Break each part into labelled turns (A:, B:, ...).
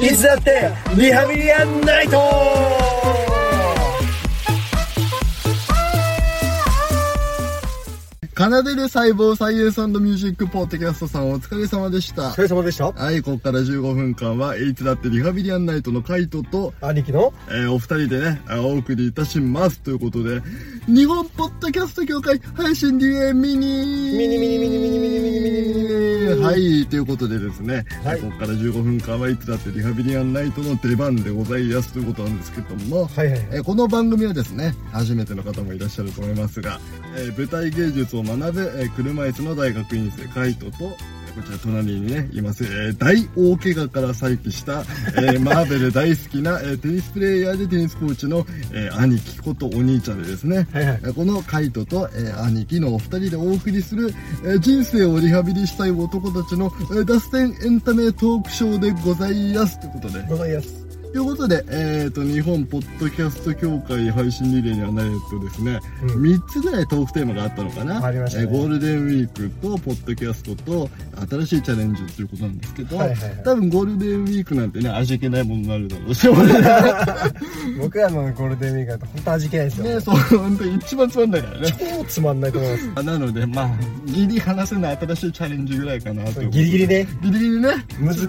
A: いつだってリハビリアンナイト
B: 奏でる細胞サイエンスミュージックポッドキャストさんお疲れ様でした
A: お疲。れ様でした
B: はい、ここから15分間は、いつだってリハビリアンナイトのカイトと、
A: 兄貴の
B: えーお二人でね、あお送りいたします。ということで、日本ポッドキャスト協会配信 DA ミニ
A: ミニミニミニミニミニミニミニミニ
B: はい、ということでですね、
A: はい
B: ここから15分間はいつだってリハビリアンナイトの出番でございますということなんですけども、
A: はいはい
B: えーこの番組はですね初めての方もいらっしゃると思いますが、えー舞台芸術を学ぶ、えー車椅子の大学院生カイトとえーこちら隣にねいます、えー大大怪我から再起した、え ーマーベル大好きな、えーテニスプレイヤーでテニスコーチの、えー兄貴ことお兄ちゃんでですね、
A: はいはい
B: えーこのカイトと、えー兄貴のお二人でお送りする、えー人生をリハビリしたい男たちの、えー脱線エンタメトークショーでございますということで
A: ございます
B: ということで、えっ、と、日本ポッドキャスト協会配信リレーにはないとですね、
A: うん
B: 3つぐらいトークテーマがあったのかな。
A: ありましたね
B: えーゴールデンウィークと、ポッドキャストと、新しいチャレンジということなんですけど、
A: はいはいはい
B: 多分ゴールデンウィークなんてね、味気ないものになるだろうし、俺ね、
A: 僕らのゴールデンウィークだと本当味気ないですよ、
B: ねそう、本当に一番つまんないか らね。
A: 超つまんないと思います
B: あなので、まあ、ギリ話せない新しいチャレンジぐらいかなということで。
A: ギリギリね
B: ギリギリね。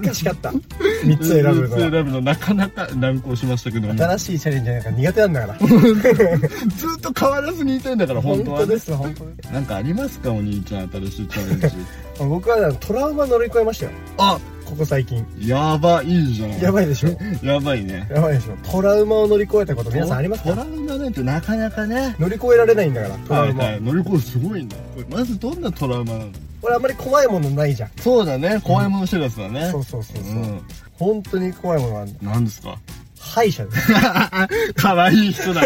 A: 難しか った3つ選ぶ
B: 三つ選
A: のは
B: ぶのなかなか難航しましたけども。
A: 新しいチャレンジなんか苦手なんだから
B: ずっと変わらずにいたいんだから、本当はね。
A: す本当です
B: なんかありますかお兄ちゃん新しいチャレン ジ
A: 僕はトラウマ乗り越えましたよ
B: あ
A: ここ最近
B: やばいいじゃん
A: やばいでしょ
B: やばいね
A: やばいでしょトラウマを乗り越えたこと皆さんあります
B: ト
A: か
B: ラウマなんてなかなかね
A: 乗り越えられないんだからトラウマ、
B: はい乗り越えすごいねこれまずどんなトラウマなの
A: 俺あんまり怖いものないじゃん
B: そうだね怖いもの知らずだね
A: そうそうそうそう、
B: ん
A: 本当に怖いものは
B: 何ですか
A: 歯医者です
B: 可愛い 人だ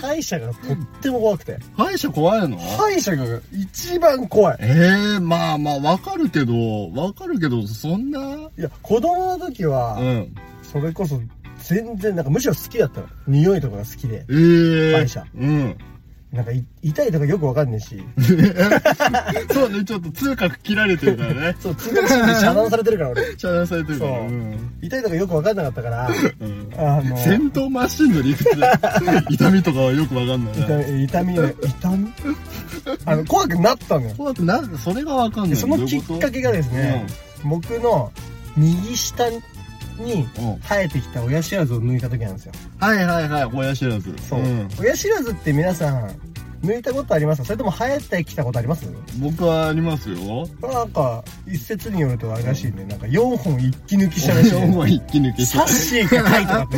A: 歯医者がとっても怖くて
B: 歯医者怖いの
A: 歯医者が一番怖い
B: ええまあまあわかるけどわかるけどそんない
A: や子供の時は、
B: うん
A: それこそ全然なんかむしろ好きだったの匂いとかが好きで
B: ええー、
A: 歯医者
B: うん
A: なんかい痛いとかよくわかんないし
B: そうねちょっと痛覚切られてるから ね
A: そう通学式で遮断されてるから俺
B: 遮断されてるから
A: そうん痛いとかよくわかんなかったから
B: うん
A: あの
B: 戦闘マシンの理屈 で痛みとかはよくわかんない
A: 痛
B: な
A: み痛みが痛みあの怖くなったのよ
B: 怖くなそれがわかんな
A: で
B: い
A: そのきっかけがですね、僕の右下に
B: どういうことうん
A: 生えてきた親知らずを抜いた時なんですよ
B: はいはいはい親知らず
A: そう、
B: ん
A: 親知らずって皆さん抜いたことありますそれとも生えてきたことあります
B: 僕はありますよ
A: これなんか一説によるとあれらしいんで、なんか4本一気抜きしたら しい
B: もう一気抜けし
A: サッシーか書いてたっ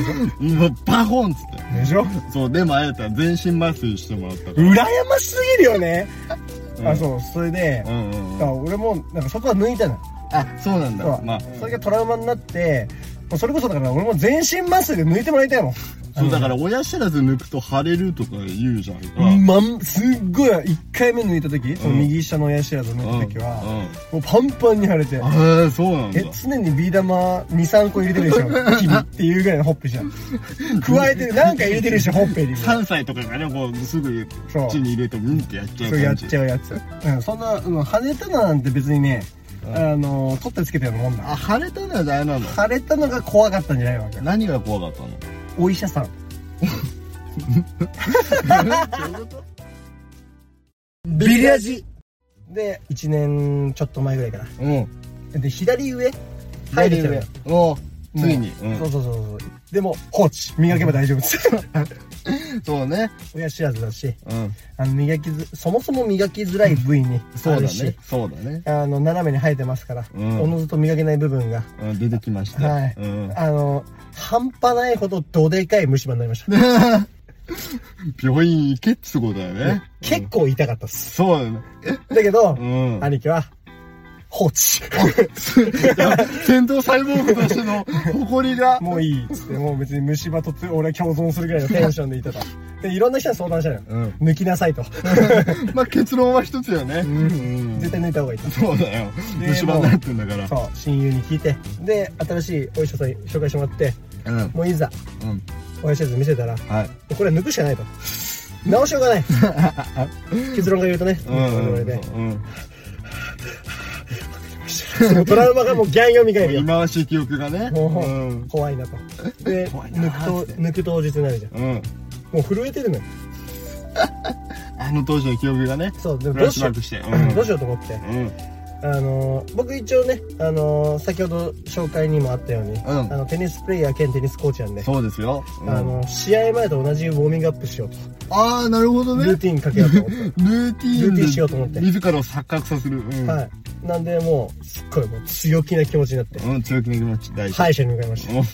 A: て
B: もうバホンっつって
A: でしょ
B: そうでもあえたら全身麻酔してもらったから
A: 羨ましすぎるよね、
B: うん
A: あそうそれで、
B: うんうん
A: だか
B: うん
A: ら俺もなんかそこは抜いたの
B: あそうなん
A: そ
B: だ
A: う
B: まあ
A: それがトラウマになってもうそれこそだから俺も全身麻酔で抜いてもらいたいもん
B: そうだから親知らず抜くと腫れるとか言うじゃんか
A: まんすっごい1回目抜いた時その右下の親知らず抜いた時
B: う
A: は、
B: んうん
A: もうパンパンに腫れて
B: ああそうなんだ
A: え常にビー玉23個入れてる でしょ日々っていうぐらいのほっぺじゃん加えてるなんか入れてるでしょほっぺ に
B: 3歳とかがねこうすぐ
A: そう
B: 口に入れてうんってやっちゃう
A: そうや
B: 感
A: っ
B: じ
A: ちゃうやつ、うん、そんな、うん、跳ねたのなんて別にね、あの取ってつけたようなもんだ
B: あ腫れたのは誰なの
A: 腫れたのが怖かったんじゃないわけ
B: 何が怖かったの
A: お医者さん
B: ビリヤジ
A: で1年ちょっと前ぐらいから
B: うん
A: で左上入れてる
B: おついにうん
A: そうそうそうそうでも放置磨けば大丈夫で す
B: そうね
A: 親知らずだし
B: うん
A: あの磨きづそもそも磨きづらい部位にあ
B: そう
A: る
B: だ
A: し、
B: ねそうだね
A: あの斜めに生えてますから、
B: うん
A: おのずと磨けない部分が、
B: うん出てきました
A: はい
B: うん
A: あの半端ないほどどでかい虫歯になりました
B: 病院行けっつうことだよね
A: 結構痛かったっす。
B: そうだねえ
A: だけど、
B: うん
A: 兄貴は、放置。
B: いや 戦闘細胞部としての誇りが
A: もういいっつって、もう別に虫歯とつ俺は共存するぐらいのテンションでいたと。 で、いろんな人に相談したのよ。
B: うん
A: 抜きなさいと。
B: まあ結論は一つよねうん
A: 絶対抜いた方がいいと。
B: そうだよ
A: で
B: 虫歯になってんだから
A: そう、親友に聞いて。で、新しいお医者さんに紹介してもらって、
B: うんうん
A: もういざ、お医者さん見せたら、
B: はい
A: これは抜くしかないと。直しようがな い。結論が言うとね、
B: うんう
A: 我
B: ん
A: 々で。
B: うん
A: そのトラウマがもうギャンよみがえる
B: 忌
A: よ。
B: まわしい記憶がね。
A: も
B: う。
A: うん怖いなと。で、
B: 怖いな
A: 抜
B: ー
A: くと
B: っつって
A: 抜く当日になるじゃん。
B: うん。
A: もう震えてるのよ。
B: あの当時の記憶がね。
A: そう、で
B: フ
A: も
B: ラ
A: ど
B: ッ
A: う
B: シ
A: し
B: ュ
A: よ
B: バ
A: う
B: ッ
A: う
B: クして。う
A: ん
B: ん。
A: どうしようと思って。
B: うん。
A: あのー僕一応ね、あのー先ほど紹介にもあったように、あのテニスプレイヤー兼テニスコーチなんで、
B: そうですよ。うん
A: あの試合前と同じウォーミングアップしようと
B: あー、なるほどね。
A: ルーティンかけようと思って、
B: ルーティンで
A: ルーティンしようと思って
B: 自らを錯覚させる。うん。
A: はいなんでもうすっごいもう強気な気持ちになって
B: うん、強気な気持ち大事。
A: 歯医者に向かいましたい
B: うん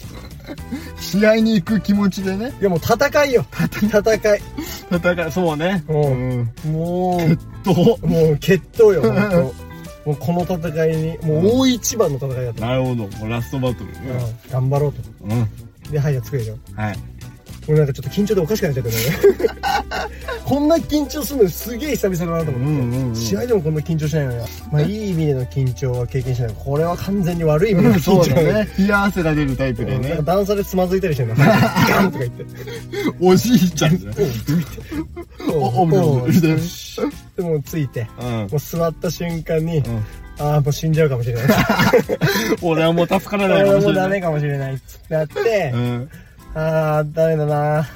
B: 試合に行く気持ちでね、
A: やもう戦いよ戦い
B: 戦い、そうね。。
A: うんも
B: と、
A: うもう決闘よ本当もうこの戦いにもう大一番の戦いだった、
B: なるほど。もうラストバトル。
A: うん頑張ろうと
B: うん。うん。
A: で歯医者作るじゃん
B: はい。
A: 俺なんかちょっと緊張でおかしくなっちゃってねこんな緊張するのすげえ久々だなと思って、
B: うんうんうん
A: 試合でもこんな緊張しないのよ、まあ、いい意味での緊張は経験しないこれは完全に悪い意味での緊
B: そう
A: 張
B: だね。冷や汗が出るタイプで
A: うんなん
B: ね
A: か。段差でつまずいたりしてるのガンとか言って
B: おじいちゃんじゃん。お、お、お、みたいな。
A: でもうついて
B: うん
A: もう座った瞬間に、
B: ん
A: ああもう死んじゃうかもしれ ない
B: 俺はもう助か らないか
A: 俺も
B: もし
A: う
B: れ
A: ダ
B: な
A: メ
B: い。
A: かもしれないっつってなって、
B: うん。
A: ああダメだな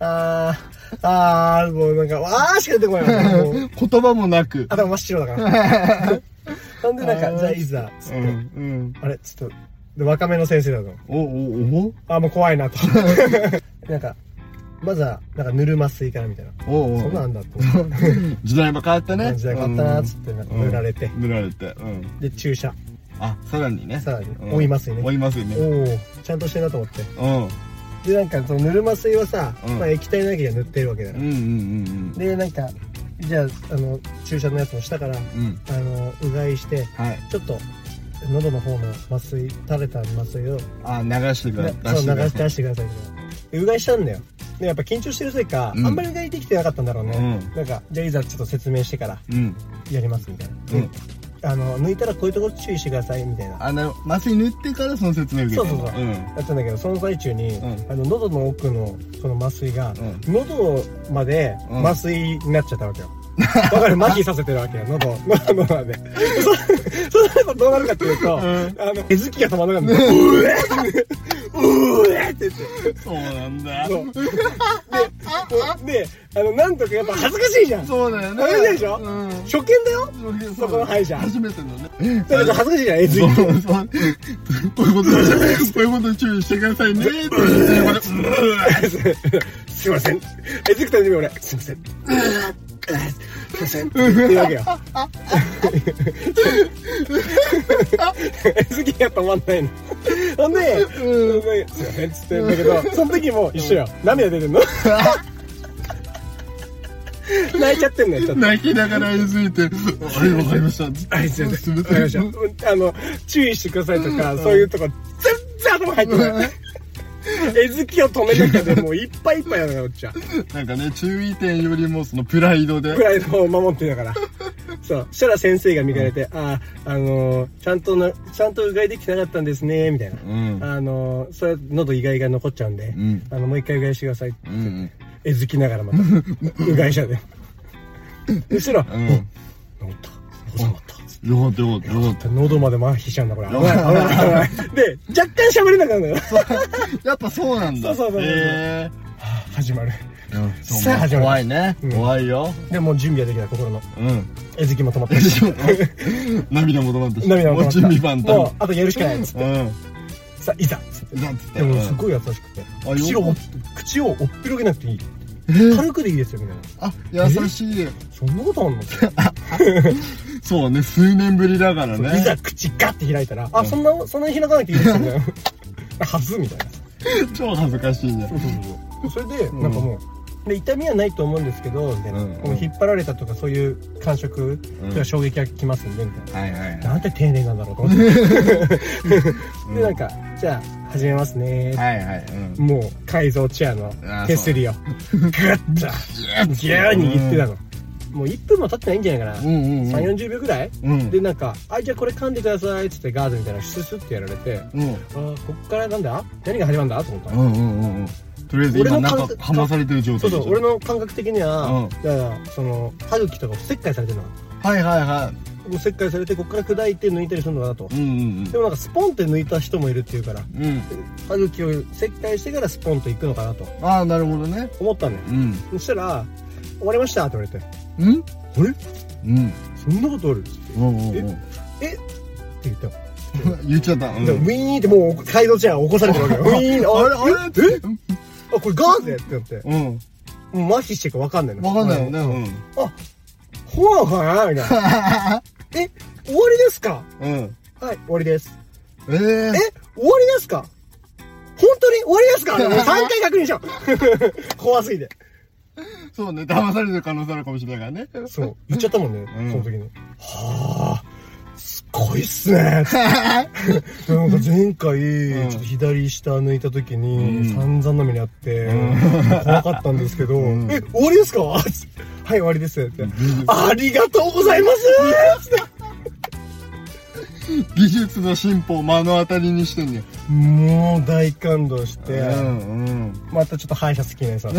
A: あーあーもうなんかああしか出てこないもう
B: 言葉もなく。
A: 頭真っ白だから。 なんでなん
B: あー
A: か、じゃあいざ、つっ
B: う
A: て、
B: ん。うん。
A: あれ、ちょっと、で若めの先生だと。
B: お、お、お
A: あ、もう怖い なと。なんか、まずは、なんかぬるま水からみたいな。
B: おお
A: そんなんあ
B: お
A: ん だと思って。
B: 時代も変わったね。
A: 時代変わったな、つって、なんか
B: うん
A: 塗られて。
B: 塗られて。うん。
A: で、注射。
B: あ、さらにね。
A: さらに
B: うん
A: 追いますよね
B: 追いますよ
A: お
B: ね。
A: おちゃんとしてるなと思って。
B: うん。
A: で、なんか、そのぬるま水はさ、
B: うん
A: まあ液体の液が塗ってるわけだ
B: う
A: か
B: ん
A: ら。
B: うんうん
A: で、なんか、じゃあ、あの、注射のやつもしたから、
B: うん。うん。
A: あの、うがいして、
B: はい。
A: ちょっと、喉の方の麻酔、垂れた麻酔を
B: あ、流してくだ
A: ね
B: さ
A: そう流し
B: い。
A: 出してくださいみたいなでうがいしたんだよでやっぱ緊張してるせいか、
B: うん
A: あんまりうがいできてなかったんだろうね、
B: うん
A: なんかじゃあいざちょっと説明してから
B: うん。
A: やりますみたいな、
B: うん
A: であの抜いたらこういうところ注意してくださいみたいな
B: あの、麻酔塗ってからその説明受け
A: そ
B: て
A: う
B: る
A: そう
B: の
A: そう、
B: ん。
A: だったんだけどその最中に、
B: うん
A: あの喉の奥のその麻酔が、
B: う
A: 喉まで
B: うん
A: 麻酔になっちゃったわけよわかる麻痺させてるわけよ喉喉喉まで そそうなるとどうなるかっていうと、あの、えずきが止まらなかった。うえうえって言って。
B: そうなんだ。
A: そう。で、で、あの、なんとかやっぱ恥ずかしいじゃん。初
B: そうだよね。
A: あれでしょ
B: うん。
A: 見だよ
B: そ
A: この歯医者
B: 初めてのね。
A: だから恥ずかしいじゃん、えずい
B: そ。うそう。こういうこと、こういうこと注意してくださいね。って言ってまたうわ
A: すいません。えずくために俺、すいません。すいません。って言うわけよ。 えずきが止まんないの。ほんで、すいませんっつってんだけど、その時も一緒よ。涙出てんの。泣いちゃってんのよ、ちょっと。
B: 泣きながらえずいて、はい、わかりました。
A: あいつや
B: すいま
A: わかりまし
B: せん。
A: たあの、注意してくださいとか、そういうとこ、全然頭入ってない。絵付きを止めなきゃでもういっぱいいっぱいなのよ、おっちゃん。
B: なんかね、注意点よりもそのプライドで
A: プ。ライドを守ってだ から。そう。そしたら先生が見かれて、ああ、あのーちゃんとな、ちゃんとうがいできてなかったんですね、みたいな。
B: うん。
A: あのーそれ、喉意外が残っちゃうんで、
B: ん
A: あの、もう一回うがいしてください。
B: うん。
A: 絵付きながらま た、うがい者で。そしたら、
B: う
A: 治
B: ん。
A: った。治った。
B: よかったよかったよかっ
A: 喉まで麻痺しちゃうんだこれ危ない危ない危 ないで若干喋れなくなるのよ
B: た。やっぱそうなんだ。
A: そうそうそうそう
B: へ
A: 始まる
B: ー
A: さあ始まる
B: 怖いね
A: うん。
B: 怖いよ。
A: でもう準備はできない心の
B: うん。
A: えずきも止まったし
B: 涙も止ま ったし。
A: 涙も止まっ
B: もう
A: た
B: 準備万
A: もう
B: 端。
A: あとやるしかないっつっ
B: う
A: て
B: ん。
A: さあいざっつって
B: なんつって。
A: でもす
B: うん
A: ごい優しくて
B: あ
A: 口を
B: よ
A: 口をおっぴろげなくていい軽くでいいですよみたいな
B: あ、優しい。
A: そんなことあんの
B: そうね、数年ぶりだからね。
A: いざ口ガッて開いたらあそんなそんなに開かなきゃいいですよみたい なはずみたいな
B: 超恥ずかしいね。
A: それでなんかもうで痛みはないと思うんですけどみたいな
B: うんうん
A: この引っ張られたとかそういう感触
B: うん
A: が衝撃がきますんでみたいな
B: はいはい
A: なんて丁寧なんだろうと 思って。で、なんか、じゃあ、始めますね。
B: はいはい。うん。
A: もう、改造チェアの手すりを、グッと、ギュー握ってたの。もう1分も経ってないんじゃないか
B: う
A: な。
B: んうんうん。
A: 3、40秒ぐらい
B: うん
A: で、なんか、あ、じゃあこれ噛んでくださいっつってガードみたいなのススってやられて、あ
B: うん。
A: ーこっからなんだ何が始まるんだと思った
B: う
A: の。
B: んうんうんうん。とりあえず
A: 俺
B: 今
A: の
B: なん
A: 感
B: か
A: 覚
B: かまされてる状
A: そ
B: 態
A: う
B: でし
A: そ
B: ょ
A: う、俺の感覚的には
B: うん、
A: だから、その、歯茎とか不切開されてるの。
B: はいはいは
A: もう切開されてここから砕いて抜いたりするのかなと、
B: うんうん
A: でもなんかスポンって抜いた人もいるっていうから
B: うんうん
A: 歯茎を切開してからスポンと行くのかなと
B: ああなるほどね
A: 思ったんだよ
B: うん
A: そしたら「終わりました」って言われて
B: う
A: 「
B: ん
A: あれ
B: うん
A: そんなことある?」って
B: おうおうおう
A: 言ったの
B: 言っちゃった、うん、
A: でもウィーンってもうサイドチェア起こされてるわけよウィーン
B: あれあれ
A: ええあこれガーゼってなって
B: うん
A: もう麻痺してるか分かんないの
B: わかんないよね
A: あほらほらみたいな え終わりですか
B: うん、うん、
A: はい終わりです
B: ええ
A: え終わりですか本当に終わりですか ?3 回確認しよう 怖すぎて。
B: そうね騙されてる可能性あるかもしれないからね
A: そう。言っちゃったもんね、
B: うん
A: その時に。はあ、すごいっすね。 なんか前回、
B: ん
A: ちょっと左下抜いた時
B: うん
A: に、散々な目にあって、
B: う
A: 怖かったんですけど、
B: うん
A: え、終わりですか はい、終わりですって。ありがとうございます
B: 技術の進歩を目の当たりにしてんね
A: もう大感動して、
B: うんうん
A: またちょっと歯医者好きなやつだった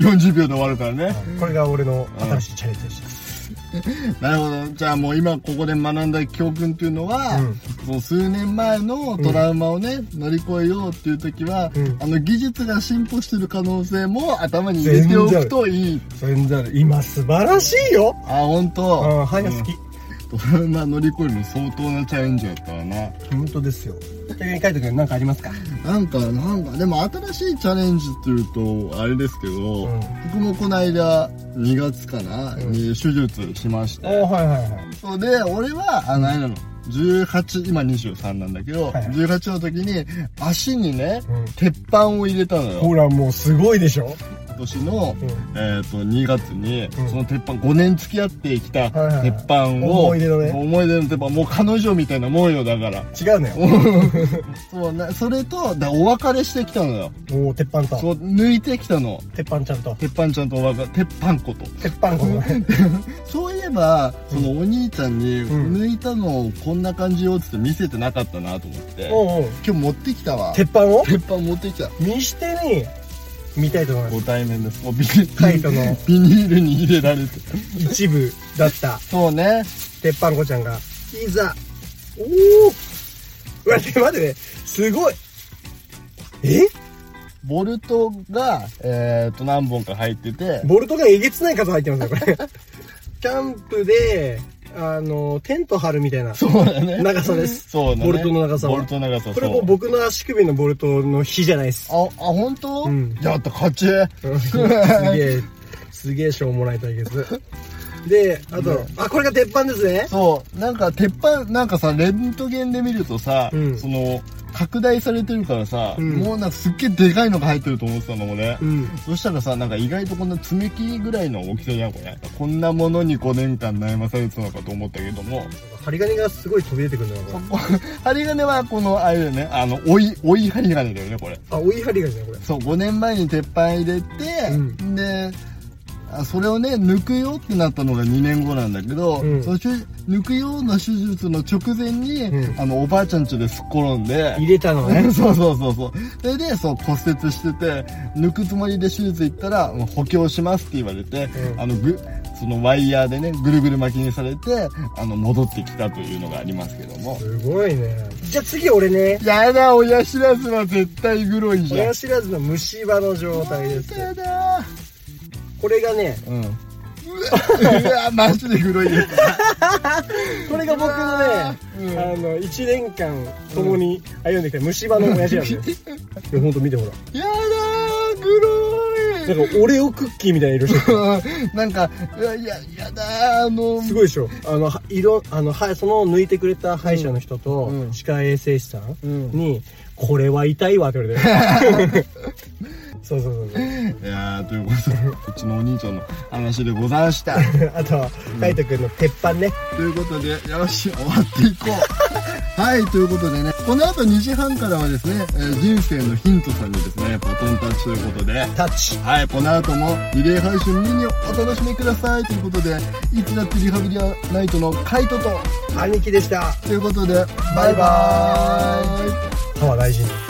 B: 40秒で終わるからね、
A: これが俺の新しいチャレンジでした。
B: なるほどじゃあもう今ここで学んだ教訓っていうのは、
A: うん
B: その数年前のトラウマをね、乗り越えようっていう時は、
A: うん
B: あの技術が進歩してる可能性も頭に入れておくといい
A: 全然ある今素晴らしいよ
B: あ本当
A: あ歯医者好き、
B: うんトラウマ乗り越えるの相当なチャレンジやったわな
A: 本当ですよ逆に海斗君何かありますか
B: なんかなんかでも新しいチャレンジっていうとあれですけど、
A: うん
B: 僕もこの間2月かな、に手術しまして
A: はいはいはい
B: そうで、俺は、あの、あれなの。18、今23なんだけど、
A: はい
B: 18の時に、足にね、
A: うん
B: 鉄板を入れたのよ。
A: ほらもうすごいでしょ
B: 今年の、
A: うん
B: えっ、と、2月に、
A: うん
B: その鉄板、5年付き合ってきた
A: はいはい
B: 鉄板を、
A: 思い出のね
B: 思い出の鉄板、もう彼女みたいなもんよ、だから。
A: 違うのよ
B: そうね、それと、だお別れしてきたのよ。
A: おお鉄板と
B: そう、抜いてきたの。
A: 鉄板ちゃんと
B: 鉄板ちゃんとお別れ、鉄板子と。
A: 鉄板このね
B: そういえば、そのお兄ちゃんに、
A: うん
B: 抜いたのをこんな感じよっつって見せてなかったなと思って。
A: おうおう
B: 今日持ってきたわ
A: 鉄板を
B: 鉄板持ってきた
A: 見手に見たいと思いま
B: ご
A: す
B: 対面ですこうビニ
A: カイトの
B: ビニールに入れられて
A: 一部だった
B: そうね
A: 鉄板子ちゃんがいざおおうわ待って待ってねすごいえ
B: ボルトがえー、っと何本か入ってて
A: ボルトがえげつない数入ってますよ、これ。キャンプで、あの、テント張るみたいな
B: そうだね
A: 長さです。
B: そうだね
A: ボルトの長さは
B: ボルトの長さ
A: これもう
B: そう
A: 僕の足首のボルトの比じゃないです。
B: ああ本当、
A: うん
B: やった勝ち
A: すげ え、すげえ賞もらいたいです。で、あと、あ、これが鉄板ですね。
B: そうなんか鉄板なんかさレントゲンで見るとさ、
A: うん
B: その拡大されてるからさ、
A: うん
B: もうなんかすっげえでかいのが入ってると思ってたのもね、
A: うん。
B: そしたらさ、なんか意外とこんな爪切りぐらいの大きさじゃん、これ。こんなものに5年間悩まされてたのかと思ったけども。
A: 針金がすごい飛び出てくるんだな、これ。
B: 針金は、この、あれだよね、あの、追い、追い針金だよね、これ。
A: あ、追い針金だね、これ。
B: そう、5年前に鉄板入れて、
A: うん
B: で、あそれをね、抜くよってなったのが2年後なんだけど、
A: うん
B: その手抜くような手術の直前に、
A: うん
B: あの、おばあちゃん家ですっ転んで、
A: 入れたのね。
B: そうそうそうそう。それで、そう骨折してて、抜くつもりで手術行ったら、もう補強しますって言われて、
A: うん
B: あの、ぐ、そのワイヤーでね、ぐるぐる巻きにされて、あの、戻ってきたというのがありますけども。
A: すごいね。じゃあ次俺ね。
B: やだ、親知らずは絶対グロいじゃん。
A: 親知らずの虫歯の状態です。
B: やだ
A: これがね、
B: うん。う わ、うわマジでグロいやつだ。
A: これが僕のね、
B: うわ
A: あの1年間共に歩んできた虫歯の親父なんだよ、 いやほんと見てほら
B: やだー、グロい。
A: なんかオレオクッキーみたいな色してる
B: うん なんか、いや、いややだー、あの、
A: すごいでしょあのは色あのはその抜いてくれた歯医者の人と、
B: うん
A: 歯科衛生士さん
B: うん
A: に、これは痛いわ」って言わ れてそうそうそうそう
B: いやー、ということで、うちのお兄ちゃんの話でございま した。
A: あとは海斗君の鉄板ね
B: ということで、よし、終わっていこ う。はい、ということでね、この後2時半からはですね、えー人生のヒントさんにですね、バトンタッチということで、
A: タッチ
B: はい、この後もリレー配信見にお楽しみくださいということで、いつだってリハビリはナイトのカイトと、
A: 兄貴でした
B: ということで、バイバ
A: バイバ
B: ーイ
A: 歯は大事に。